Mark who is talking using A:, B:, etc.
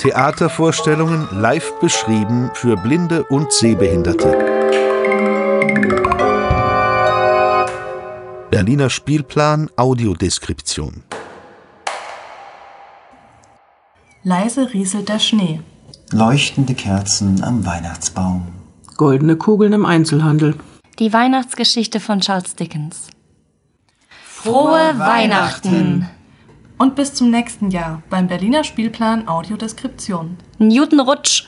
A: Theatervorstellungen live beschrieben für Blinde und Sehbehinderte. Berliner Spielplan Audiodeskription.
B: Leise rieselt der Schnee.
C: Leuchtende Kerzen am Weihnachtsbaum.
D: Goldene Kugeln im Einzelhandel.
E: Die Weihnachtsgeschichte von Charles Dickens. Frohe Weihnachten!
B: Und bis zum nächsten Jahr beim Berliner Spielplan Audiodeskription.
E: Newton Rutsch!